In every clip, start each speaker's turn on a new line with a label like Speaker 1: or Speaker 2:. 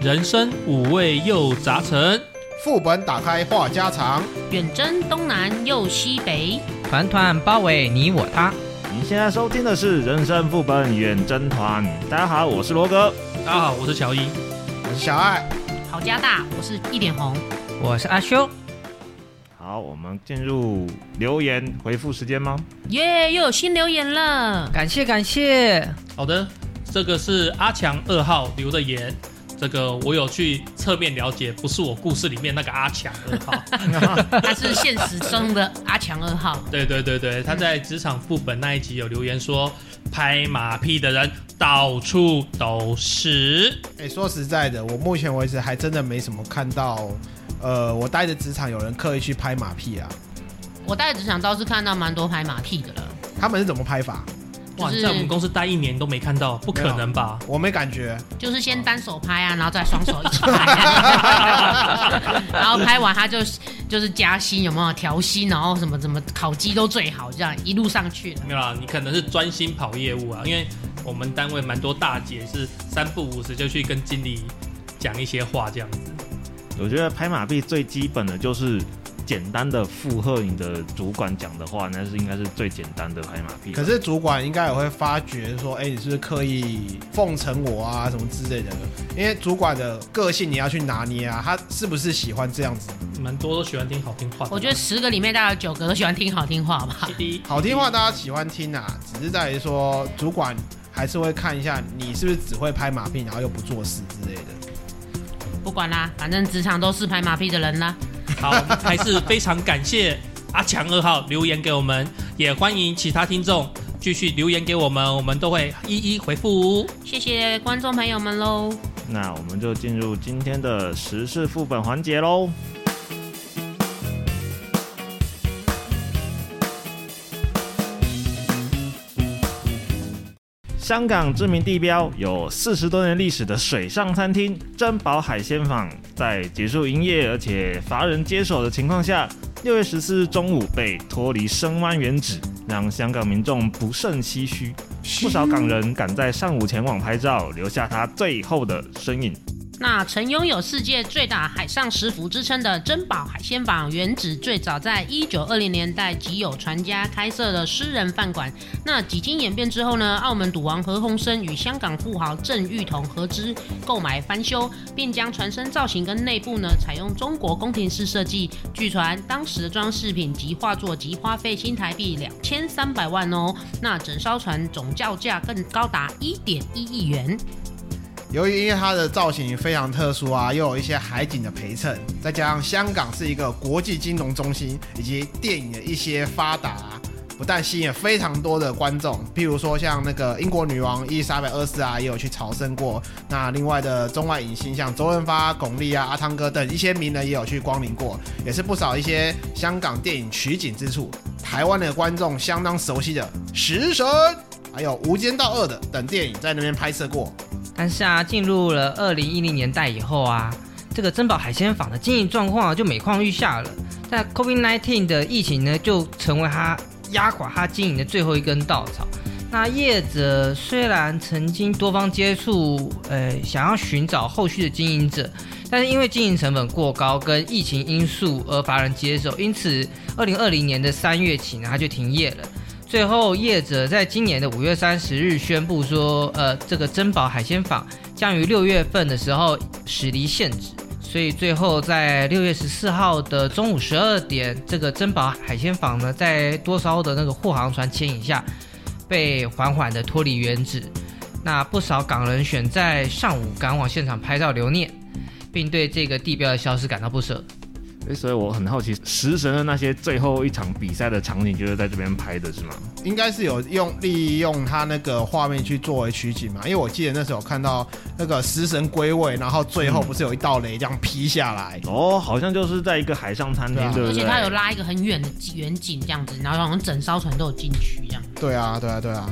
Speaker 1: 人生五味又杂陈。
Speaker 2: 副本打开话家常，
Speaker 3: 远征东南又西北，
Speaker 4: 团团包围你我他。
Speaker 5: 您现在收听的是《人生副本远征团》，大家好，我是罗哥。
Speaker 1: 大家好，我是乔伊。
Speaker 2: 我是小爱。
Speaker 3: 好家大，我是一点红。
Speaker 4: 我是阿修，
Speaker 5: 好，我们进入留言回复时间吗？
Speaker 3: 耶、又有新留言 了。
Speaker 4: 感谢感谢。
Speaker 1: 好的，这个是阿强二号留的言。这个我有去侧面了解，不是我故事里面那个阿强二 号。
Speaker 3: 他是现实中的阿强二号，
Speaker 1: 对对对对，他在职场副本那一集有留言说，拍马屁的人到处都是。
Speaker 2: 哎、说实在的，我目前为止还真的没什么看到，呃，我待的职场有人刻意去拍马屁啊。
Speaker 3: 我大概只想倒是看到蛮多拍马屁的了。
Speaker 2: 他们是怎么拍法？
Speaker 1: 哇，你
Speaker 3: 就是
Speaker 1: 在我们公司待一年都没看到，不可能吧？
Speaker 2: 我没感觉。
Speaker 3: 就是先单手拍啊，然后再双手一起拍、啊，然后拍完他就就是加薪，有没有调薪，然后什么什么烤鸡都最好，这样一路上去的。
Speaker 1: 没有啦，你可能是专心跑业务啊，因为我们单位蛮多大姐是三不五时就去跟经理讲一些话这样子。
Speaker 5: 我觉得拍马屁最基本的就是简单的附和你的主管讲的话，那是应该是最简单的拍马屁。
Speaker 2: 可是主管应该也会发觉说，哎、你是不是刻意奉承我啊，什么之类的？因为主管的个性你要去拿捏啊，他是不是喜欢这样子？
Speaker 1: 蛮多都喜欢听好听话的。
Speaker 3: 我觉得十个里面大概有九个都喜欢听好听话吧。
Speaker 1: 第一
Speaker 2: 好听话大家喜欢听啊，只是在于说主管还是会看一下你是不是只会拍马屁，然后又不做事之类的。
Speaker 3: 不管啦，反正职场都是拍马屁的人啦。
Speaker 1: 好，还是非常感谢阿强二号留言给我们，也欢迎其他听众继续留言给我们，我们都会一一回复。
Speaker 3: 谢谢观众朋友们喽。
Speaker 5: 那我们就进入今天的时事副本环节喽。香港知名地标、有四十多年历史的水上餐厅珍宝海鲜坊，在结束营业而且乏人接手的情况下，六月十四日中午被脱离升湾原址，让香港民众不胜唏嘘。不少港人赶在上午前往拍照，留下他最后的身影。
Speaker 3: 那曾拥有世界最大海上食府之称的珍宝海鲜坊，原址最早在一九二零年代即有船家开设的私人饭馆。那几经演变之后呢，澳门赌王何鸿燊与香港富豪郑裕彤合资购买翻修，并将船身造型跟内部呢采用中国宫廷式设计。据传当时的装饰品及画作即花费新台币两千三百万哦。那整艘船总叫价更高达一点一亿元。
Speaker 2: 由于因为它的造型非常特殊啊，又有一些海景的陪衬，再加上香港是一个国际金融中心，以及电影的一些发达、不但吸引了非常多的观众，譬如说像那个英国女王伊丽莎白二世啊，也有去朝圣过。那另外的中外影星，像周润发、巩俐啊、阿汤哥等一些名人也有去光临过，也是不少一些香港电影取景之处。台湾的观众相当熟悉的《食神》，还有《无间道二》的等电影在那边拍摄过。
Speaker 4: 但是啊，进入了二零一零年代以后啊，这个珍宝海鲜坊的经营状况啊就每况愈下了。那 COVID-19 的疫情呢，就成为他压垮他经营的最后一根稻草。那业者虽然曾经多方接触，呃，想要寻找后续的经营者，但是因为经营成本过高跟疫情因素而乏人接手，因此二零二零年的三月起呢，它就停业了。最后，业者在今年的五月三十日宣布说，呃，这个珍宝海鲜坊将于六月份的时候驶离现址，所以最后在六月十四号的中午十二点，这个珍宝海鲜坊呢，在多艘的那个护航船牵引下，被缓缓的脱离原址。那不少港人选在上午赶往现场拍照留念，并对这个地标的消失感到不舍。
Speaker 5: 诶所以我很好奇，食神的那些最后一场比赛的场景就是在这边拍的，是吗？
Speaker 2: 应该是有用利用它那个画面去作为取景嘛，因为我记得那时候有看到那个食神归位，然后最后不是有一道雷这样劈下来，
Speaker 5: 哦，好像就是在一个海上餐厅，
Speaker 2: 对啊
Speaker 5: 对不
Speaker 3: 而
Speaker 5: 对？
Speaker 3: 且他有拉一个很远的远景这样子，然后好像整艘船都有进去这样。
Speaker 2: 对啊，对啊，对啊。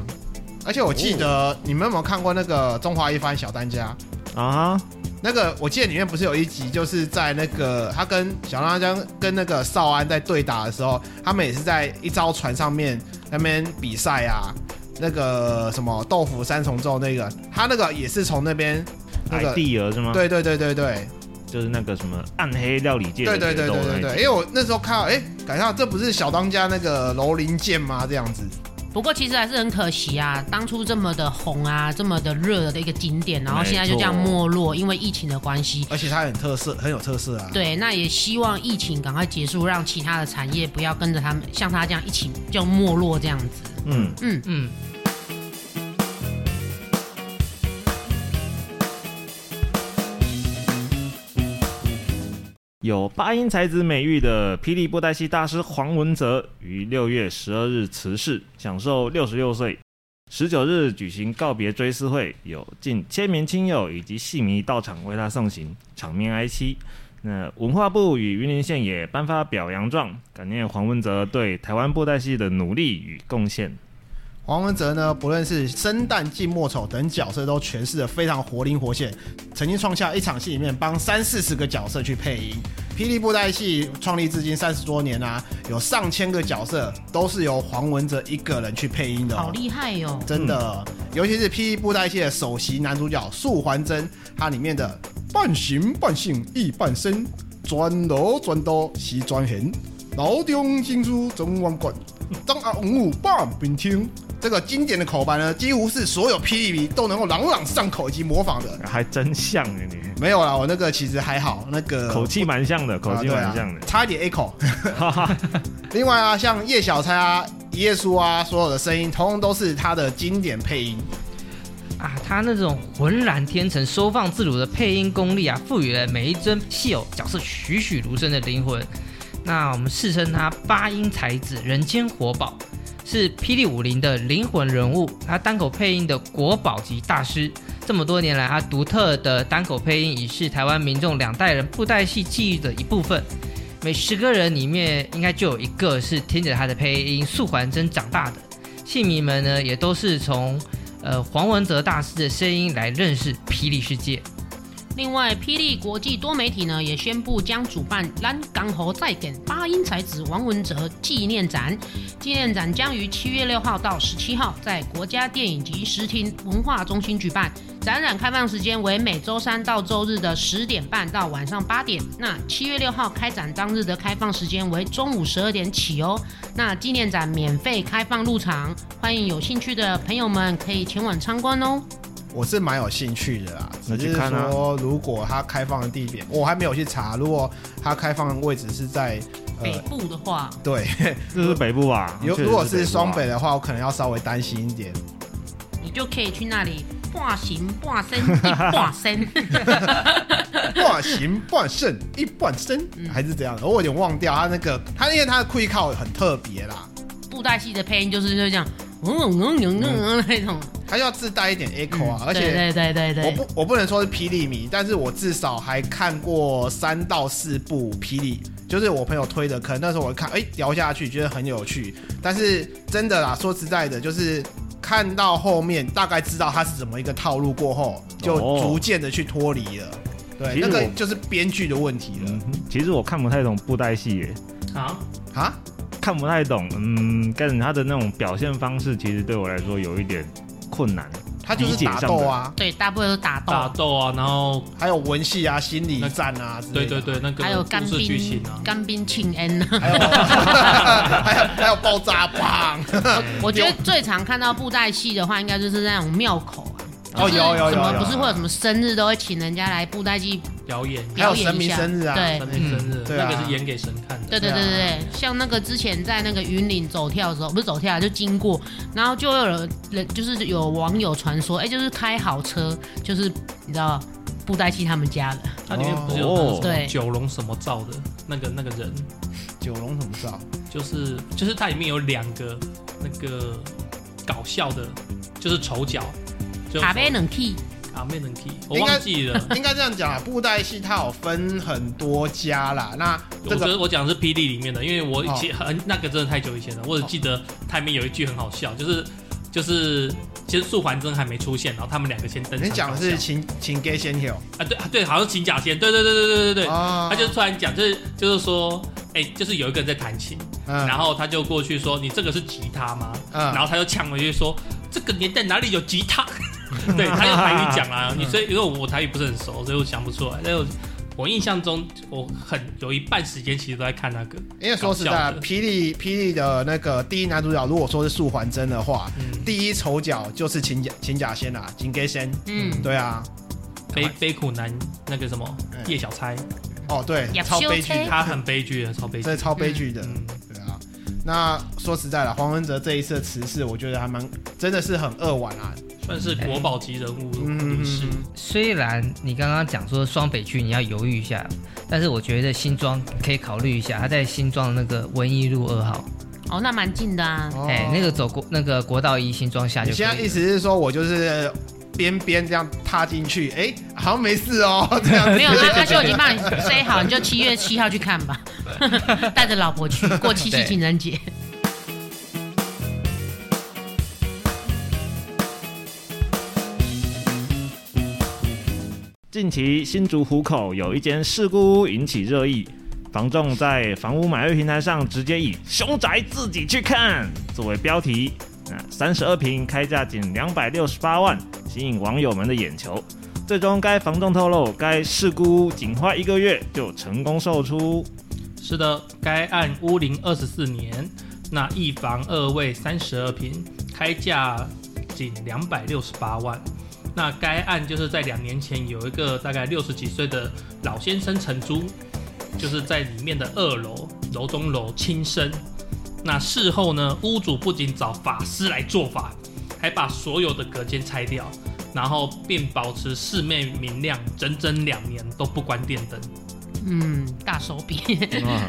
Speaker 2: 而且我记得你们有没有看过那个《中华一番小当家》？
Speaker 5: 啊哈，
Speaker 2: 那个我记得里面不是有一集，就是在那个他跟小当家跟那个少安在对打的时候，他们也是在一艘船上面那边比赛啊，那个什么豆腐三重奏那个，他那个也是从那边那
Speaker 5: 海
Speaker 2: 个，
Speaker 5: 地鹅是吗？，
Speaker 2: 对对对对对
Speaker 5: 就是那个什么暗黑料理界
Speaker 2: 对
Speaker 5: 的
Speaker 2: 对对
Speaker 5: 决斗
Speaker 2: 对
Speaker 5: 那
Speaker 2: 对
Speaker 5: 一
Speaker 2: 对，
Speaker 5: 集
Speaker 2: 因为我那时候看到，哎，感觉到这不是小当家那个楼林剑吗？这样子，
Speaker 3: 不过其实还是很可惜啊，当初这么的红啊，这么的热的一个景点，然后现在就这样
Speaker 5: 没错
Speaker 3: 没落，因为疫情的关系。
Speaker 2: 而且它很特色，很有特色啊。
Speaker 3: 对，那也希望疫情赶快结束，让其他的产业不要跟着他们像他这样一起就没落这样子。
Speaker 5: 嗯，
Speaker 3: 嗯，
Speaker 4: 嗯，
Speaker 5: 有八音才子美誉的霹雳布袋戏大师黄文泽于六月十二日辞世，享受六十六岁。十九日举行告别追思会，有近千名亲友以及戏迷到场为他送行，场面哀戚。那文化部与云林县也颁发表扬状，感念黄文泽对台湾布袋戏的努力与贡献。
Speaker 2: 黄文哲呢，不论是生旦净末丑等角色，都诠释的非常活灵活现，曾经创下一场戏里面帮三四十个角色去配音。霹雳布袋戏创立至今三十多年啊，有上千个角色都是由黄文哲一个人去配音的、
Speaker 5: 啊
Speaker 3: 好
Speaker 2: 哦。
Speaker 3: 厉害哟、
Speaker 2: 真的，尤其是《霹雳布袋戏》的首席男主角素还真，他里面的半形半性一半身，转楼转刀西转横，老中金珠中王冠，张阿五五半边听。这个经典的口白呢，几乎是所有霹雳迷都能够朗朗上口以及模仿的。
Speaker 5: 还真像哎，你
Speaker 2: 没有啦，我那个其实还好，那个
Speaker 5: 口气蛮像的，口
Speaker 2: 啊
Speaker 5: 气
Speaker 2: 对
Speaker 5: 蛮像
Speaker 2: 啊
Speaker 5: 的，。
Speaker 2: 差一点 echo。
Speaker 5: 哈哈，
Speaker 2: 另外啊，像叶小钗啊、一页书啊，所有的声音，通通都是他的经典配音。
Speaker 4: 啊，他那种浑然天成、收放自如的配音功力啊，赋予了每一尊戏偶角色栩栩如生的灵魂。那我们世称他八音才子、人间活宝，是霹雳武林的灵魂人物。他单口配音的国宝级大师，这么多年来，他独特的单口配音已是台湾民众两代人布袋戏记忆的一部分。每十个人里面，应该就有一个是听着他的配音素还真长大的。戏迷们呢，也都是从呃黄文泽大师的声音来认识霹雳世界。
Speaker 3: 另外，霹雳国际多媒体呢也宣布将主办“蓝港猴再给八音才子王文哲纪念展”，纪念展将于七月六号到十七号在国家电影及视听文化中心举办。展览开放时间为每周三到周日的十点半到晚上八点。那七月六号开展当日的开放时间为中午十二点起哦。那纪念展免费开放入场，欢迎有兴趣的朋友们可以前往参观哦。
Speaker 2: 我是蛮有兴趣的啦，
Speaker 5: 那
Speaker 2: 只
Speaker 5: 去
Speaker 2: 是
Speaker 5: 看啊
Speaker 2: 说如果它开放的地点，我还没有去查。如果它开放的位置是在
Speaker 3: 北
Speaker 2: 呃，
Speaker 3: 部的话，
Speaker 2: 对，
Speaker 5: 这是北部吧？
Speaker 2: 啊有
Speaker 5: 确实
Speaker 2: 如果
Speaker 5: 部
Speaker 2: 是
Speaker 5: 啊
Speaker 2: 双北的话，我可能要稍微担心一点。
Speaker 3: 你就可以去那里挂形挂身一挂身。
Speaker 2: 半形半胜一半身还是怎样的，我有点忘掉它那个，它因为它的 quick call 很特别啦，
Speaker 3: 布袋戏的配音就是就这样，嗡嗡嗡嗡嗡那种。
Speaker 2: 它要自带一点 echo
Speaker 5: 嗯
Speaker 2: 啊，而且。
Speaker 3: 对对对
Speaker 2: 我
Speaker 3: 对对，
Speaker 2: 不，我不能说是霹雳迷，但是我至少还看过三到四部霹雳，就是我朋友推的坑。那时候我看，哎、聊下去觉得很有趣。但是真的啦，说实在的，就是看到后面大概知道它是怎么一个套路过后，就
Speaker 5: 哦
Speaker 2: 逐渐的去脱离了。对，
Speaker 5: 其
Speaker 2: 那
Speaker 5: 实
Speaker 2: 个
Speaker 5: 我
Speaker 2: 就是编剧的问题了
Speaker 5: 嗯哼，其实我看不太懂布袋戏欸耶，
Speaker 1: 好，
Speaker 2: 啊。
Speaker 5: 看不太懂，嗯，但他的那种表现方式，其实对我来说有一点困难。
Speaker 2: 它就是打斗啊，
Speaker 3: 对大部分都打
Speaker 1: 打
Speaker 3: 斗，
Speaker 1: 斗啊，然后
Speaker 2: 还有文戏啊、心理战啊之
Speaker 1: 对
Speaker 2: 类的
Speaker 1: 对，对，那个
Speaker 3: 还有干
Speaker 1: 故事剧情
Speaker 3: 冰
Speaker 1: 啊，
Speaker 3: 干冰庆恩。
Speaker 2: 还有 还有还有爆炸棒，
Speaker 3: 我觉得最常看到布袋戏的话，应该就是那种庙口啊。
Speaker 2: 哦
Speaker 3: 就是
Speaker 2: 有有有
Speaker 3: 什么
Speaker 2: 有
Speaker 5: 啊
Speaker 3: 不是会有什么生日都会请人家来布袋戏
Speaker 1: 表演
Speaker 2: 还有
Speaker 3: 表
Speaker 2: 神
Speaker 3: 演一
Speaker 2: 明
Speaker 3: 下，
Speaker 2: 生日啊，
Speaker 3: 对
Speaker 1: 神明生日，
Speaker 2: 对啊
Speaker 1: 那个是演给神看的。
Speaker 3: 对对啊对对对，像那个之前在那个云岭走跳的时候，不是走跳啊，就经过，然后就有人人就是有网友传说，哎、就是开好车，就是你知道布袋戏他们家的，
Speaker 1: 它里面不是有
Speaker 5: 哦
Speaker 1: 那个什
Speaker 3: 对
Speaker 1: 么九龙什么照的那个那个人，
Speaker 2: 九龙什么照？
Speaker 1: 就是就是它里面有两个那个搞笑的，就是丑角，就
Speaker 3: 卡贝冷 T
Speaker 1: 卡贝能 T，我
Speaker 2: 应该
Speaker 1: 忘记了。
Speaker 2: 应该这样讲啊，布袋戏它有分很多家啦。那
Speaker 1: 我
Speaker 2: 这
Speaker 1: 觉
Speaker 2: 个
Speaker 1: 得我讲的是霹雳里面的，因为我以前很那个真的太久以
Speaker 2: 哦
Speaker 1: 前了，我只记得它里面有一句很好笑，就是就是其实素还真还没出现，然后他们两个先登场。
Speaker 2: 你讲的
Speaker 1: 搞
Speaker 2: 是
Speaker 1: 笑
Speaker 2: 情情歌先hiểu
Speaker 1: 啊对啊对，好像请假先，对对对对对对对，
Speaker 2: 啊
Speaker 1: 他就突然讲，就是就是说，哎，就是有一个人在弹琴，然
Speaker 2: 嗯
Speaker 1: 后他就过去说你这个是吉他吗？然
Speaker 2: 嗯，
Speaker 1: 后他就呛回去说这个年代哪里有吉他？ 对，他用台语讲啦。你所以因为我台语不是很熟，所以我想不出来。但我我印象中，我很有一半时间其实都在看那个。
Speaker 2: 因为说实在
Speaker 1: 搞笑，的
Speaker 2: 霹雳霹雳的那个第一男主角，如果说是素还真的话，
Speaker 1: 嗯，
Speaker 2: 第一丑角就是秦假秦假仙啦，秦给仙。
Speaker 3: 嗯，
Speaker 2: 对啊，
Speaker 1: 悲悲苦男那个什么
Speaker 2: 嗯
Speaker 1: 叶小钗，
Speaker 2: 哦对，
Speaker 3: 也
Speaker 2: 超悲剧
Speaker 3: 羞
Speaker 2: 的，
Speaker 1: 他很悲剧的，超悲剧
Speaker 2: 这。超悲剧的，
Speaker 1: 嗯，
Speaker 2: 对啊。那说实在的，黄文哲这一次的辞世，我觉得还蛮真的是很扼腕啊。
Speaker 1: 算是国宝级人物
Speaker 2: 嗯
Speaker 1: 离世。，
Speaker 4: 虽然你刚刚讲说双北区你要犹豫一下，但是我觉得新庄可以考虑一下，它在新庄那个文艺路二号，
Speaker 3: 哦，那蛮近的 啊。
Speaker 2: 哦
Speaker 4: 哎、那个走国那个国道一新庄下
Speaker 2: 你
Speaker 4: 就可以
Speaker 2: 现在意
Speaker 4: 了。
Speaker 2: 思是说我就是边边这样踏进去，哎，好像没事哦，这样子
Speaker 3: 没有，啊他他就已经帮你 say 好，你就七月七号去看吧， 带着老婆去过七夕
Speaker 4: 对
Speaker 3: 情人节。
Speaker 5: 近期新竹湖口有一间事故屋引起热议，房仲在房屋买卖平台上直接以“凶宅自己去看”作为标题，那三十二平开价仅两百六十八万，吸引网友们的眼球。最终，该房仲透露，该事故屋仅花一个月就成功售出。
Speaker 1: 是的，该案屋龄二十四年，那一房二卫三十二平，开价仅两百六十八万。那该案就是在两年前有一个大概六十几岁的老先生承租，就是在里面的二楼楼中楼轻生。那事后呢，屋主不仅找法师来做法，还把所有的隔间拆掉，然后并保持室内明亮整整两年都不关电灯。
Speaker 3: 嗯，大手笔。
Speaker 2: 嗯
Speaker 5: 啊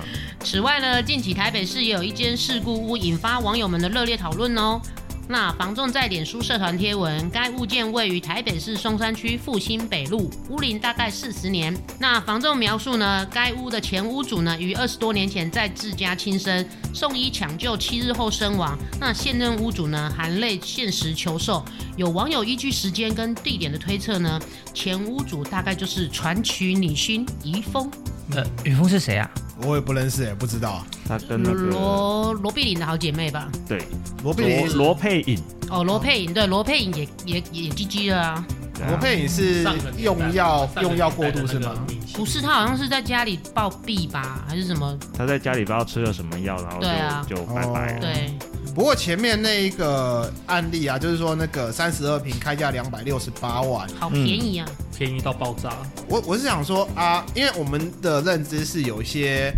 Speaker 3: 此外呢，近期台北市也有一间事故屋引发网友们的热烈讨论哦。那房仲在脸书社团贴文，该物件位于台北市松山区复兴北路，屋龄大概四十年。那房仲描述呢，该屋的前屋主呢，于二十多年前在自家轻生，送医抢救，七日后身亡。那现任屋主呢，含泪限时求售。有网友依据时间跟地点的推测呢，前屋主大概就是传奇女星怡丰。
Speaker 4: 呃，雨峰是谁啊？
Speaker 2: 我也不认识，也不知道。
Speaker 5: 他跟
Speaker 2: 嗯
Speaker 5: 那
Speaker 2: 哦
Speaker 5: 个
Speaker 3: 罗罗碧玲的好姐妹吧？
Speaker 5: 对
Speaker 2: 罗碧
Speaker 5: 罗
Speaker 2: 玲，
Speaker 5: 罗佩颖，
Speaker 3: 哦，罗佩颖对，罗佩颖也也也 GG 了啊。
Speaker 5: 对啊
Speaker 2: 罗佩影是
Speaker 1: 上个年代
Speaker 2: 用药
Speaker 1: 上个
Speaker 2: 哦用
Speaker 1: 年
Speaker 2: 药
Speaker 1: 代
Speaker 2: 过度
Speaker 1: 的
Speaker 2: 是
Speaker 1: 那个
Speaker 2: 吗？
Speaker 1: 明星
Speaker 3: 不是，她好像是在家里暴毙吧，还是什么？
Speaker 1: 哦
Speaker 5: 他在家里不知道吃了什么药，然后就、
Speaker 3: 对啊
Speaker 5: 就拜拜了。
Speaker 3: 对，
Speaker 2: 不过前面那一个案例啊，就是说那个三十二平开价两百六十八万，
Speaker 3: 好
Speaker 1: 嗯
Speaker 3: 便宜啊。
Speaker 1: 便宜到爆炸。
Speaker 2: 我我是想说啊，因为我们的认知是有一些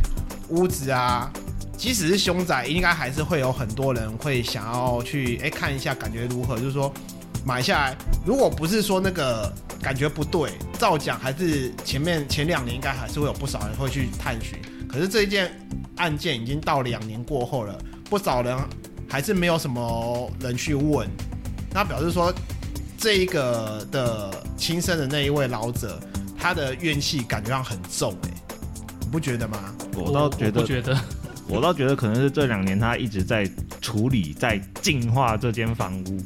Speaker 2: 屋子啊，即使是凶宅，应该还是会有很多人会想要去哎、诶看一下，感觉如何？就是说买下来，如果不是说那个感觉不对，照讲还是前面前两年应该还是会有不少人会去探寻。可是这一件案件已经到两年过后了，不少人还是没有什么人去问，那表示说这一个的亲生的那一位老者，他的怨气感觉上很重、欸，你不觉得吗？
Speaker 5: 我倒觉
Speaker 1: 哦我
Speaker 5: 得
Speaker 1: 不觉得，
Speaker 5: 我倒觉得可能是这两年他一直在处理、在净化这间房屋，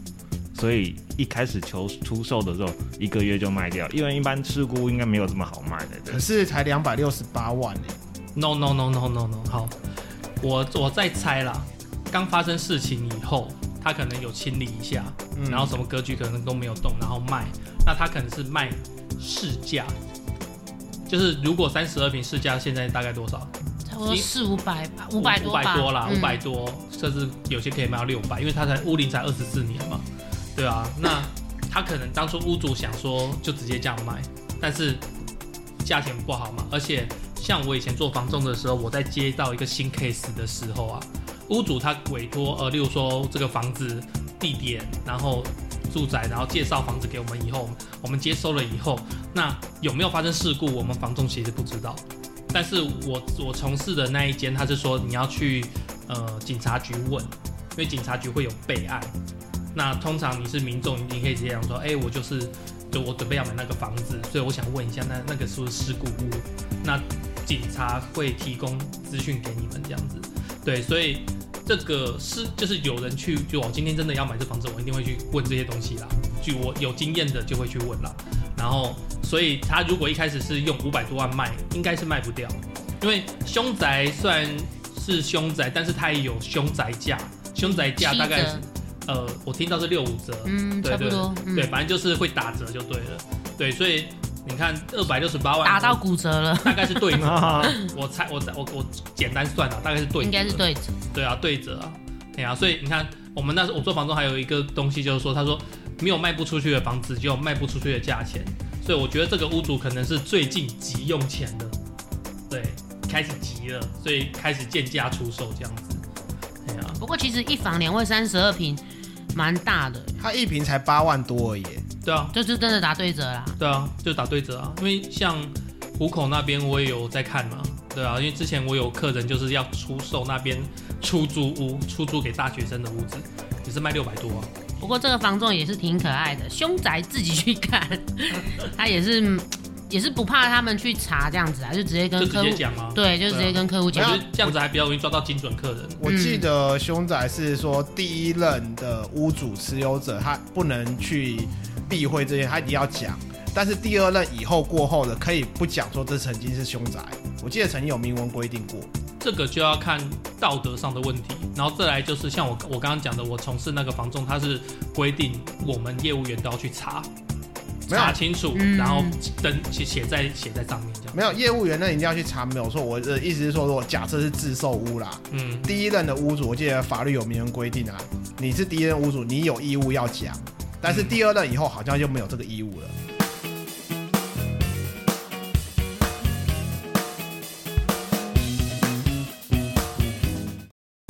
Speaker 5: 所以一开始求出售的时候，一个月就卖掉，因为一般事故应该没有这么好卖的。对
Speaker 2: 可是才两百六十八万呢、欸
Speaker 1: no no no no no no。好，我我在猜啦，刚发生事情以后，他可能有清理一下，
Speaker 2: 嗯
Speaker 1: 然后什么格局可能都没有动，然后卖，那他可能是卖市价。就是如果三十二平市价现在大概多少？
Speaker 3: 差不多
Speaker 1: 一
Speaker 3: 四五百吧，五百多
Speaker 1: 五百
Speaker 3: 吧，
Speaker 1: 多啦，
Speaker 3: 嗯
Speaker 1: 五百多，甚至有些可以卖到六百，因为他才屋龄才二十四年嘛，对啊，那他可能当初屋主想说就直接这样卖，但是价钱不好嘛，而且像我以前做房仲的时候，我在接到一个新 case 的时候啊，屋主他委托呃，例如说这个房子地点，然后住宅，然后介绍房子给我们以后，我们接收了以后，那有没有发生事故，我们房仲其实不知道。但是我我从事的那一间，他是说你要去呃警察局问，因为警察局会有备案。那通常你是民众，你可以直接讲说，哎、我就是就我准备要买那个房子，所以我想问一下，那那个是不是事故屋？那警察会提供资讯给你们这样子。对，所以这个是就是有人去，就哦我今天真的要买这房子，我一定会去问这些东西啦。据我有经验的就会去问啦。然后，所以他如果一开始是用五百多万卖，应该是卖不掉，因为凶宅虽然是凶宅，但是它也有凶宅价，凶宅价大概
Speaker 3: 七折
Speaker 1: 呃，我听到是六五折，
Speaker 3: 嗯，
Speaker 1: 对
Speaker 3: 差不
Speaker 1: 对
Speaker 3: 多，
Speaker 1: 对，
Speaker 3: 嗯，
Speaker 1: 反正就是会打折就对了，对，所以你看二百六十八万，
Speaker 3: 打到骨折了，
Speaker 1: 大概是对折，
Speaker 5: 啊，
Speaker 1: 我猜我我我简单算啊了，大概是对折，
Speaker 3: 应该是对折，
Speaker 1: 对啊，对折啊，对啊，所以你看，我们那时候我做房东还有一个东西就是说，他说没有卖不出去的房子，就有卖不出去的价钱，所以我觉得这个屋主可能是最近急用钱的，对，开始急了，所以开始贱价出售这样子，对啊，
Speaker 3: 不过其实一房两卫三十二平，蛮大的，
Speaker 2: 它一瓶才八万多而已。欸
Speaker 1: 对啊，
Speaker 3: 就是真的打对折啦。
Speaker 1: 对啊，就打对折啊，因为像虎口那边我也有在看嘛，对啊，因为之前我有客人就是要出售那边出租屋，出租给大学生的屋子，也是卖六百多啊，
Speaker 3: 不过这个房仲也是挺可爱的，凶宅自己去看， 他也是也是不怕他们去查这样子啊，就直接
Speaker 1: 就
Speaker 3: 跟
Speaker 1: 直
Speaker 3: 客户
Speaker 1: 接讲啊，
Speaker 3: 对，就直接跟客户
Speaker 1: 我觉
Speaker 3: 讲
Speaker 1: 得。这样子还比较容易抓到精准客人。
Speaker 2: 我记得凶宅是说第一任的屋主持有者，他不能去避讳这些，他一定要讲。但是第二任以后过后的，可以不讲说这曾经是凶宅。我记得曾经有明文规定过。
Speaker 1: 这个就要看道德上的问题，然后再来就是像我我刚刚讲的，我从事那个房仲，他是规定我们业务员都要去查，
Speaker 2: 没有
Speaker 1: 查清楚，
Speaker 3: 嗯
Speaker 1: 然后登写写在写在上面这样。
Speaker 2: 没有业务员那一定要去查，没有错。我的意思是说，如果假设是自售屋啦，
Speaker 1: 嗯，
Speaker 2: 第一任的屋主，我记得法律有明文规定啊，你是第一任屋主，你有义务要讲。但是第二任以后好像就没有这个义务了。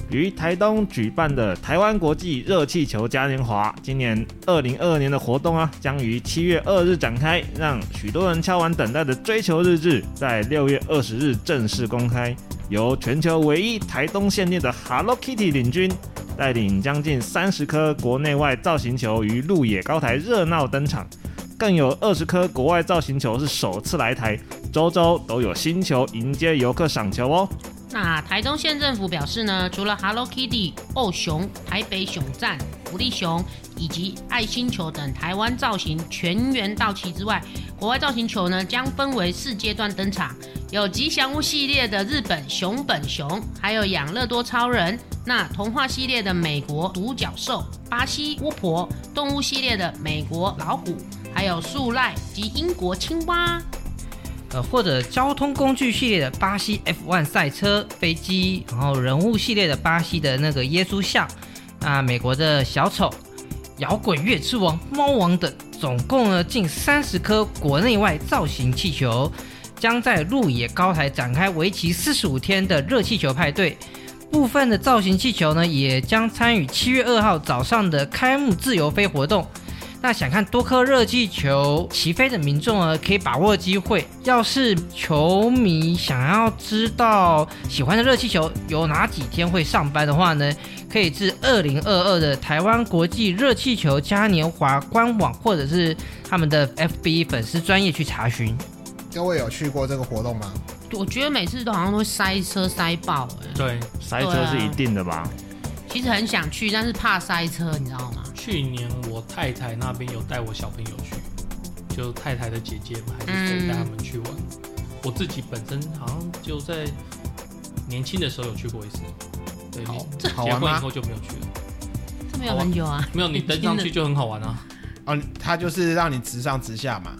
Speaker 5: 于台东举办的台湾国际热气球嘉年华，今年二零二二年的活动啊，将于七月二日展开，让许多人敲完等待的追求日志，在六月二十日正式公开。由全球唯一台东限定的 Hello Kitty 领军，带领将近三十颗国内外造型球于鹿野高台热闹登场，更有二十颗国外造型球是首次来台，周周都有新球迎接游客赏球哦。
Speaker 3: 那台中县政府表示呢，除了 Hello Kitty、哦熊、台北熊站、福利熊以及爱心球等台湾造型全员到齐之外，国外造型球呢将分为四阶段登场，有吉祥物系列的日本熊本熊，还有养乐多超人。那童话系列的美国独角兽、巴西巫婆，动物系列的美国老虎，还有树赖及英国青蛙。
Speaker 4: 呃，或者交通工具系列的巴西 F1 赛车、飞机，然后人物系列的巴西的那个耶稣像，啊，美国的小丑、摇滚乐之王、猫王等，总共呢近三十颗国内外造型气球，将在鹿野高台展开为期四十五天的热气球派对。部分的造型气球呢，也将参与七月二号早上的开幕自由飞活动。那想看多颗热气球起飞的民众呢，可以把握机会。要是球迷想要知道喜欢的热气球有哪几天会上班的话呢，可以至二零二二的台湾国际热气球嘉年华官网或者是他们的 FB 粉丝专业去查询。
Speaker 2: 各位有去过这个活动吗？
Speaker 3: 我觉得每次都好像都会塞车塞爆、欸，
Speaker 1: 对，
Speaker 5: 塞车是一定的吧？
Speaker 3: 其实很想去，但是怕塞车，你知道吗？
Speaker 1: 去年我太太那边有带我小朋友去，就太太的姐姐嘛，还是
Speaker 3: 嗯
Speaker 1: 谁带他们去玩。我自己本身好像就在年轻的时候有去过一次，对，
Speaker 2: 好
Speaker 1: 结
Speaker 2: 好玩
Speaker 1: 婚以
Speaker 2: 吗？
Speaker 1: 后就没有去了。
Speaker 3: 这没有很久啊，
Speaker 1: 没有，你登上去就很好玩啊。
Speaker 2: 哦，它就是让你直上直下嘛。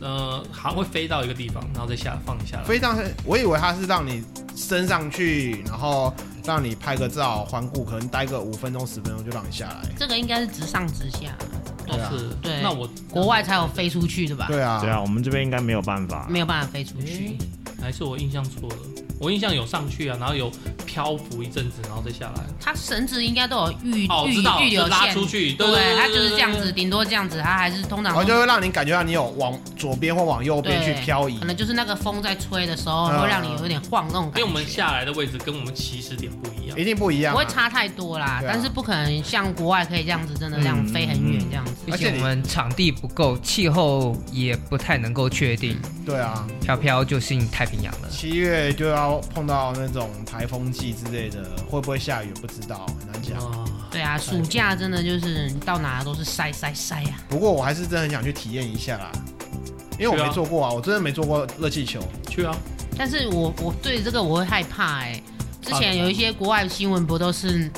Speaker 1: 呃，好像会飞到一个地方，然后再下放下来。
Speaker 2: 非常，我以为它是让你升上去，然后让你拍个照环顾，可能待个五分钟十分钟就让你下来。
Speaker 3: 这个应该是直上直下，
Speaker 1: 哦，
Speaker 2: 对啊
Speaker 1: 是，
Speaker 3: 对
Speaker 1: 那我
Speaker 3: 国外才有飞出去的吧？
Speaker 2: 对啊，
Speaker 5: 对啊啊，我们这边应该没有办法。
Speaker 3: 没有办法飞出去
Speaker 1: 诶，，哎还是我印象错了。我印象有上去啊，然后有漂浮一阵子，然后再下来。
Speaker 3: 它绳子应该都有预
Speaker 1: 哦，我
Speaker 3: 预
Speaker 1: 知道，
Speaker 3: 预
Speaker 1: 就
Speaker 3: 留
Speaker 1: 拉
Speaker 3: 线，
Speaker 1: 出去，
Speaker 3: 对
Speaker 1: 对对，
Speaker 3: 它就是这样
Speaker 1: 对
Speaker 3: 子，。顶多这样子，它还是通常
Speaker 2: 然后哦就会让你感觉到你有往左边或往右边去漂移
Speaker 3: 可。能就是那个风在吹的时候，
Speaker 2: 嗯
Speaker 3: 会让你有点晃那种
Speaker 1: 因为我
Speaker 3: 感
Speaker 1: 们
Speaker 3: 觉。
Speaker 1: 下来的位置跟我们起始点不一嗯样。
Speaker 2: 一定不一样、
Speaker 3: 不会
Speaker 2: 啊，
Speaker 3: 差太多啦，
Speaker 2: 对啊
Speaker 3: 但是不可能像国外可以这样子，真的这样飞很远这样子。
Speaker 4: 而
Speaker 2: 而且
Speaker 4: 且
Speaker 2: 你
Speaker 4: 我们场地不够，气候也不太能够确定，
Speaker 2: 对啊，
Speaker 4: 飘飘就进太平洋了。
Speaker 2: 七月就要碰到那种台风季之类的，会不会下雨不知道，很难讲。
Speaker 1: 啊，
Speaker 3: 对啊，暑假真的就是你到哪都是塞塞塞啊！
Speaker 2: 不过我还是真的很想去体验一下啦，因为我
Speaker 1: 去啊
Speaker 2: 没做过啊，我真的没做过热气球。
Speaker 1: 去啊，
Speaker 3: 但欸是我我对这个我会害怕哎、之前有一些国外新闻不都是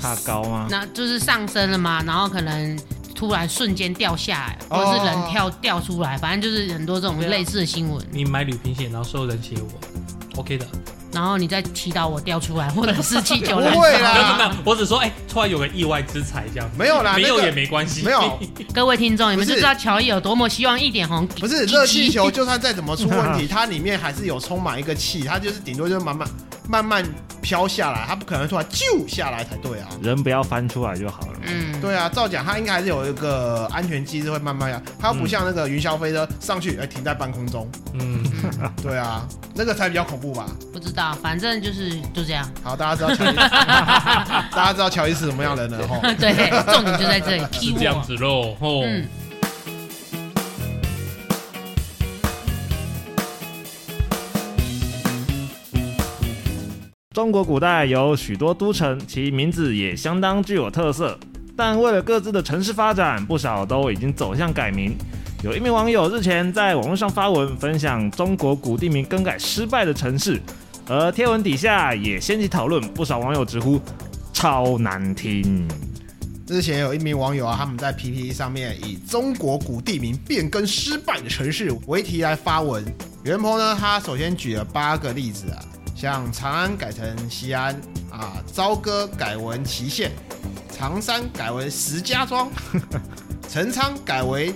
Speaker 5: 怕高吗？
Speaker 3: 那就是上升了嘛，然后可能突然瞬间掉下来，
Speaker 2: 哦
Speaker 3: 或者是人跳掉出来，反正就是很多这种
Speaker 1: 对啊
Speaker 3: 类似的新
Speaker 2: 哦
Speaker 3: 闻。
Speaker 1: 你买旅行险，然后所有人写我，OK 的。
Speaker 3: 然后你再祈祷我掉出 来，或者是七九人
Speaker 2: 不会
Speaker 1: 没有没有没
Speaker 2: 啦
Speaker 1: 有，我只说哎、突然有个意外之财这样子。
Speaker 2: 啊没有啦
Speaker 1: 没有
Speaker 2: 那个
Speaker 1: 也没关系。
Speaker 2: 没有，
Speaker 3: 各位听众，你们
Speaker 2: 不
Speaker 3: 就是知道乔伊有多么希望一点红，
Speaker 2: 不是热气球，就算再怎么出问题，它里面还是有充满一个气，它就是顶多就是慢慢慢慢飘下来，它不可能突然啾下来才对啊。
Speaker 5: 人不要翻出来就好了。
Speaker 3: 嗯，
Speaker 2: 对啊，照讲它应该还是有一个安全机制会慢慢呀，它又不像那个云霄飞车上去哎停在半空中。
Speaker 1: 嗯，
Speaker 3: 嗯
Speaker 2: 对啊，那个才比较恐怖吧。
Speaker 3: 不知道，反正就是就这样。
Speaker 2: 好，大家知道乔伊， 大家知道乔伊是什么样的人了吼。
Speaker 3: 对， 重点就在这里。
Speaker 1: 是
Speaker 3: key
Speaker 1: 这样
Speaker 3: word
Speaker 1: 子哦喽。吼、
Speaker 3: 嗯，
Speaker 5: 中国古代有许多都城，其名字也相当具有特色，但为了各自的城市发展，不少都已经走向改名。有一名网友日前在网络上发文分享中国古地名更改失败的城市，而贴文底下也掀起讨论，不少网友直呼超难听。
Speaker 2: 之前有一名网友啊，他们在 PPT 上面以中国古地名变更失败的城市为题来发文。袁鹏呢，他首先举了八个例子啊，像长安改成西安啊，朝歌改为祁县，常山改为石家庄，陈仓改为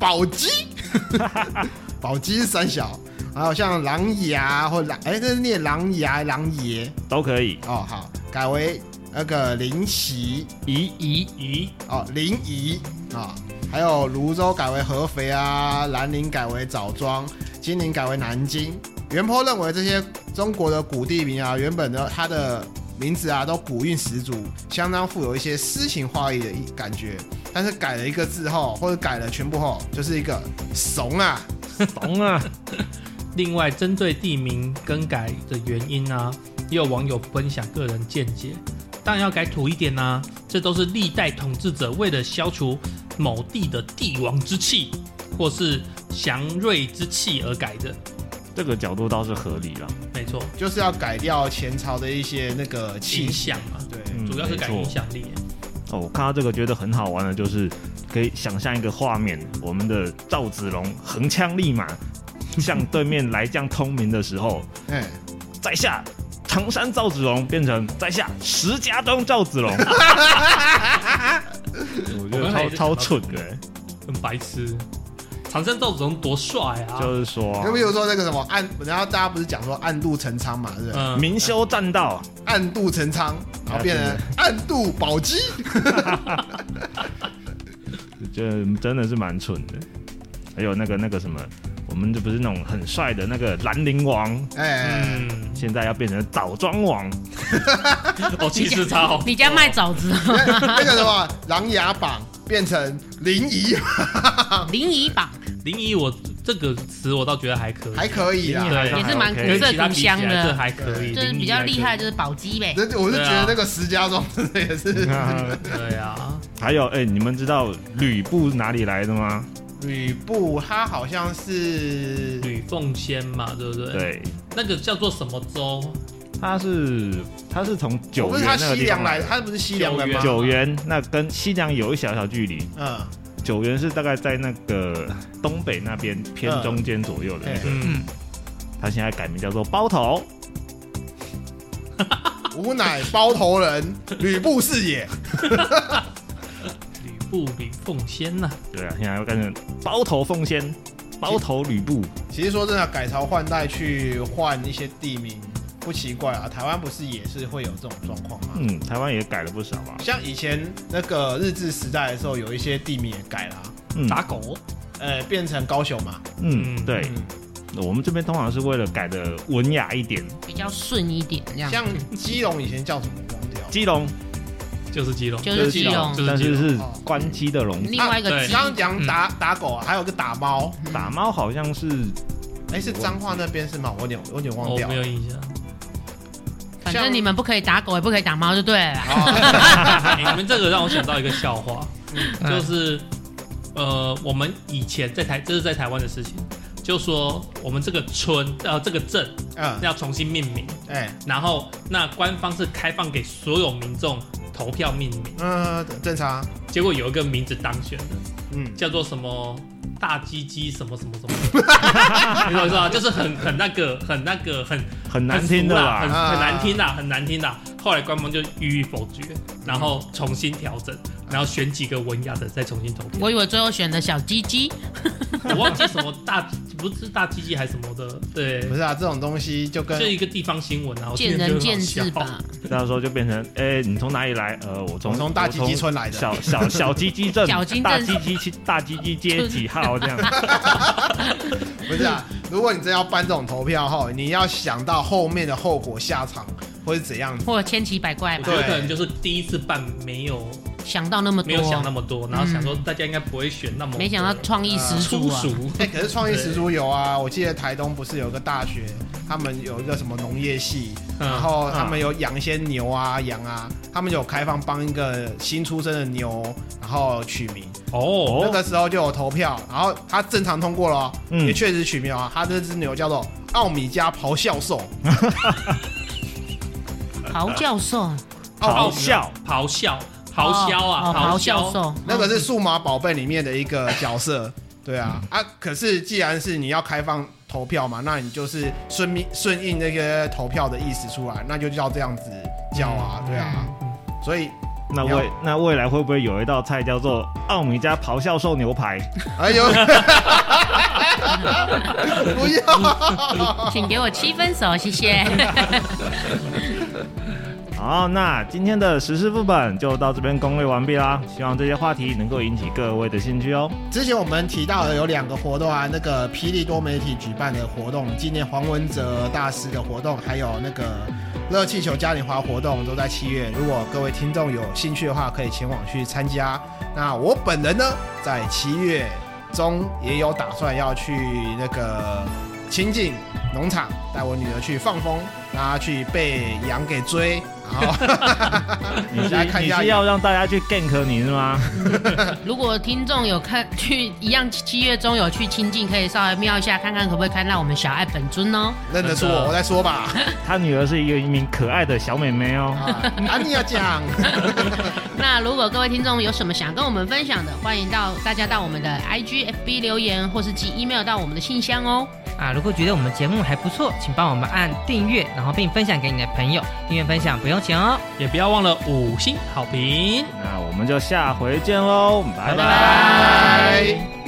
Speaker 2: 宝鸡， 宝鸡是三小，还有像琅琊或琅，哎，这是念琅琊琅琊
Speaker 5: 都可以，
Speaker 2: 哦，好，改为那个临沂。
Speaker 5: 咦，
Speaker 1: 咦咦，
Speaker 2: 哦，临沂啊，还有泸州改为合肥啊，兰陵改为枣庄，金陵改为南京。袁坡认为这些中国的古地名啊，原本的它的名字啊都古韵十足，相当富有一些诗情画意的一感觉。但是改了一个字后，或者改了全部后，就是一个怂啊！
Speaker 5: 懂啊，
Speaker 1: 另外，针对地名更改的原因啊，也有网友分享个人见解。当然要改土一点呐、这都是历代统治者为了消除某地的帝王之气，或是祥瑞之气而改的。
Speaker 5: 这个角度倒是合理了。
Speaker 1: 没错，
Speaker 2: 就是要改掉前朝的一些那个
Speaker 1: 影
Speaker 2: 气息。
Speaker 1: 响嘛，
Speaker 2: 对，
Speaker 5: 嗯
Speaker 1: 主要是改
Speaker 5: 没错
Speaker 1: 影响力。
Speaker 5: 哦，我看到这个觉得很好玩的，就是可以想象一个画面，我们的赵子龙横枪立马向对面来将通明的时候，
Speaker 2: 嗯，
Speaker 5: 在下常山赵子龙变成在下石家庄赵子龙，我觉
Speaker 1: 我
Speaker 5: 得
Speaker 1: 刚才也
Speaker 5: 超
Speaker 1: 是
Speaker 5: 超
Speaker 1: 想到
Speaker 5: 蠢的、
Speaker 1: 很白痴。长山赵子龙多帅啊！
Speaker 5: 就是说啊
Speaker 2: 就比如说那个什么暗，然后大家不是讲说暗度陈仓嘛，对不对？
Speaker 1: 嗯，
Speaker 5: 明修栈道，
Speaker 2: 暗度陈仓，然后变成暗度宝鸡。
Speaker 5: 这真的是蛮蠢的。还有那个那个什么，我们这不是那种很帅的那个兰陵王，
Speaker 3: 呃
Speaker 2: 哎、
Speaker 1: 嗯，
Speaker 5: 现在要变成枣庄王，
Speaker 1: 哦，气势超好。哦
Speaker 3: 你家卖枣子，啊
Speaker 2: 那个什么琅琊榜变成临沂，
Speaker 1: 哦
Speaker 3: 临沂榜
Speaker 1: 零一，我这个词我倒觉得还可以，
Speaker 2: 还可以
Speaker 5: 林沂
Speaker 2: 啦
Speaker 5: 还。
Speaker 1: 对啊
Speaker 3: 也是蛮古
Speaker 5: 还 OK
Speaker 1: 跟其他
Speaker 3: 啊色古
Speaker 1: 比起来
Speaker 3: 香
Speaker 1: 这
Speaker 3: 的，
Speaker 1: 还可以，
Speaker 3: 就是比较厉害，就是宝鸡呗。
Speaker 2: 那我是
Speaker 5: 啊
Speaker 2: 觉得那个石家庄真的也是
Speaker 5: 嗯
Speaker 1: 零一还可以。对啊，
Speaker 5: 还有，哎、你们知道吕布哪里来的吗？
Speaker 2: 吕布，他好像是
Speaker 1: 吕奉先嘛，对不对？，
Speaker 5: 对，
Speaker 1: 那个叫做什么州？
Speaker 5: 他是他是从九
Speaker 2: 不
Speaker 5: 原
Speaker 2: 是他
Speaker 5: 那个
Speaker 2: 西
Speaker 5: 地
Speaker 2: 凉
Speaker 5: 方
Speaker 2: 来的，
Speaker 5: 的。
Speaker 2: 他不是西凉人吗？
Speaker 5: 九原那跟西凉有一小小距离，
Speaker 2: 嗯，
Speaker 5: 九原是大概在那个东北那边偏
Speaker 2: 嗯
Speaker 5: 中间左右的那个。
Speaker 1: 嗯，
Speaker 4: 嗯，
Speaker 5: 他现在改名叫做包头，
Speaker 2: 吾乃包头人，吕布是也。
Speaker 1: 吕布吕奉先呐，
Speaker 5: 对啊，现在要改成包头奉先，包头吕布。
Speaker 2: 其实说真的，改朝换代去换一些地名不奇怪啊，台湾不是也是会有这种状况吗？
Speaker 5: 嗯，台湾也改了不少啊吧？
Speaker 2: 像以前那个日治时代的时候，有一些地名也改了、啊，
Speaker 5: 嗯
Speaker 1: 打狗。
Speaker 2: 呃，变成高雄嘛。
Speaker 5: 嗯，
Speaker 1: 嗯
Speaker 5: 对，我们这边通常是为了改的文雅一点。
Speaker 3: 比较顺一点这样。
Speaker 2: 像基隆以前叫什么忘掉了？
Speaker 5: 基隆，
Speaker 1: 就是基隆，
Speaker 3: 就是基隆
Speaker 1: 就是
Speaker 5: 但
Speaker 1: 基
Speaker 5: 是
Speaker 1: 隆。
Speaker 5: 是
Speaker 2: 哦
Speaker 5: 关机的龙
Speaker 3: 另外
Speaker 1: 啊
Speaker 3: 一个
Speaker 1: 对
Speaker 3: 鸡嗯
Speaker 2: 刚刚讲打打狗啊，还有个打猫，
Speaker 5: 打猫好像是
Speaker 2: 哎，是彰化那边是吗？我有点我有点忘
Speaker 1: 我
Speaker 2: 掉
Speaker 1: 哦没
Speaker 2: 了。
Speaker 1: 有印象，
Speaker 3: 反正你们不可以打狗，也不可以打猫，就对了啦。
Speaker 2: 啊，
Speaker 1: 哎你们这个让我想到一个笑话，嗯就是呃，我们以前在台，这是在台湾的事情，就说我们这个村呃这个镇
Speaker 2: 嗯，
Speaker 1: 要重新命名，
Speaker 2: 哎，
Speaker 1: 然后那官方是开放给所有民众投投票命名，
Speaker 2: 嗯，正常，
Speaker 1: 结果有一个名字当选了，
Speaker 2: 嗯，
Speaker 1: 叫做什么大鸡鸡什么什么什么 的，你懂我意思吧？就是很很那个很那个很
Speaker 5: 很难听的
Speaker 1: 啦，很
Speaker 5: 啦。
Speaker 2: 啊
Speaker 1: 很难听啦，很难听啦。后来官方就予以否决，然后重新调整，然后选几个文雅的再重新投票。
Speaker 3: 我以为最后选的小鸡鸡，
Speaker 1: 我忘记什么大不是大鸡鸡还是什么的，对
Speaker 2: 不，是啊，这种东西就跟
Speaker 1: 就一个地方新闻啊，我
Speaker 3: 见
Speaker 1: 听了就很
Speaker 3: 仁见智
Speaker 1: 好笑
Speaker 3: 吧。
Speaker 5: 到时候就变成，哎，你从哪里来？呃，我从
Speaker 2: 我从大鸡鸡村来的
Speaker 5: 小小小鸡鸡镇
Speaker 3: 小鸡，镇
Speaker 5: 大鸡鸡 区大鸡鸡街几 号这样。
Speaker 2: 不是啊，如果你真要办这种投票后，你要想到后面的后果下场会是怎样子。
Speaker 3: 或者千奇百怪
Speaker 1: 我
Speaker 3: 吧
Speaker 1: 觉，得
Speaker 2: 对
Speaker 1: 可能就是第一次办没有
Speaker 3: 想到那么
Speaker 1: 没
Speaker 3: 多，嗯
Speaker 1: 有想那么多，然后想说大家应该不会选那么多，
Speaker 3: 没想到创意十
Speaker 1: 粗
Speaker 3: 足啊！
Speaker 1: 俗，
Speaker 2: 哎、可是创意十足有啊，我记得台东不是有个大学，他们有一个什么农业系，
Speaker 3: 啊
Speaker 2: 然
Speaker 3: 哎
Speaker 1: 嗯，
Speaker 2: 后他们有养一些牛啊、羊啊，他们有开放帮一个新出生的牛，然后取名。
Speaker 1: 哦
Speaker 2: 那个时候就有投票，然后他正常通过了哦，
Speaker 5: 嗯
Speaker 2: 也确实取名啊，他这只牛叫做奥米加咆哮兽，
Speaker 3: 咆教授，
Speaker 5: 咆哮，
Speaker 1: 咆哮，啊咆哮啊，
Speaker 3: 哦
Speaker 1: 哮
Speaker 3: 咆哮兽，
Speaker 2: 那个是数码宝贝里面的一个角色。对啊，啊，可是既然是你要开放投票嘛，那你就是顺应顺应那个投票的意思出来，那就叫这样子叫啊，对啊，
Speaker 1: 嗯
Speaker 2: 所以
Speaker 5: 那未那未来会不会有一道菜叫做奥米加咆哮兽 牛排？
Speaker 2: 哎呦，不要，
Speaker 3: 请给我七分熟，谢谢。
Speaker 5: 好，那今天的时事副本就到这边攻略完毕啦。希望这些话题能够引起各位的兴趣 哦。
Speaker 2: 之前我们提到的有两个活动啊，那个霹雳多媒体举办的活动，纪念黄文哲大师的活动，还有那个热气球嘉年华活动，都在七月。如果各位听众有兴趣的话，可以前往去参加。那我本人呢，在七月中也有打算要去那个清境农场，带我女儿去放风，让她去被羊给追，然后
Speaker 5: 你是
Speaker 2: 来看一
Speaker 5: 你
Speaker 2: 下
Speaker 5: 是要让大家去 gank 你 是吗？
Speaker 3: 如果听众有看去一样七月中有去亲近，可以稍微瞄一下，看看可不可以看到我们小爱本尊哦。
Speaker 2: 认得出我，我再说吧。
Speaker 5: 他女儿是一个一名可爱的小美眉哦。
Speaker 2: 啊，啊你要 讲。
Speaker 3: 那如果各位听众有什么想跟我们分享的，欢迎到大家到我们的 IGFB 留言，或是寄 email 到我们的信箱哦。
Speaker 4: 啊，如果觉得我们节目还不错，请帮我们按订阅，然后并分享给你的朋友。订阅分享不用钱哦。
Speaker 1: 也不要忘了五星好评。
Speaker 5: 那我们就下回见喽，
Speaker 1: 拜
Speaker 5: 拜拜
Speaker 1: 拜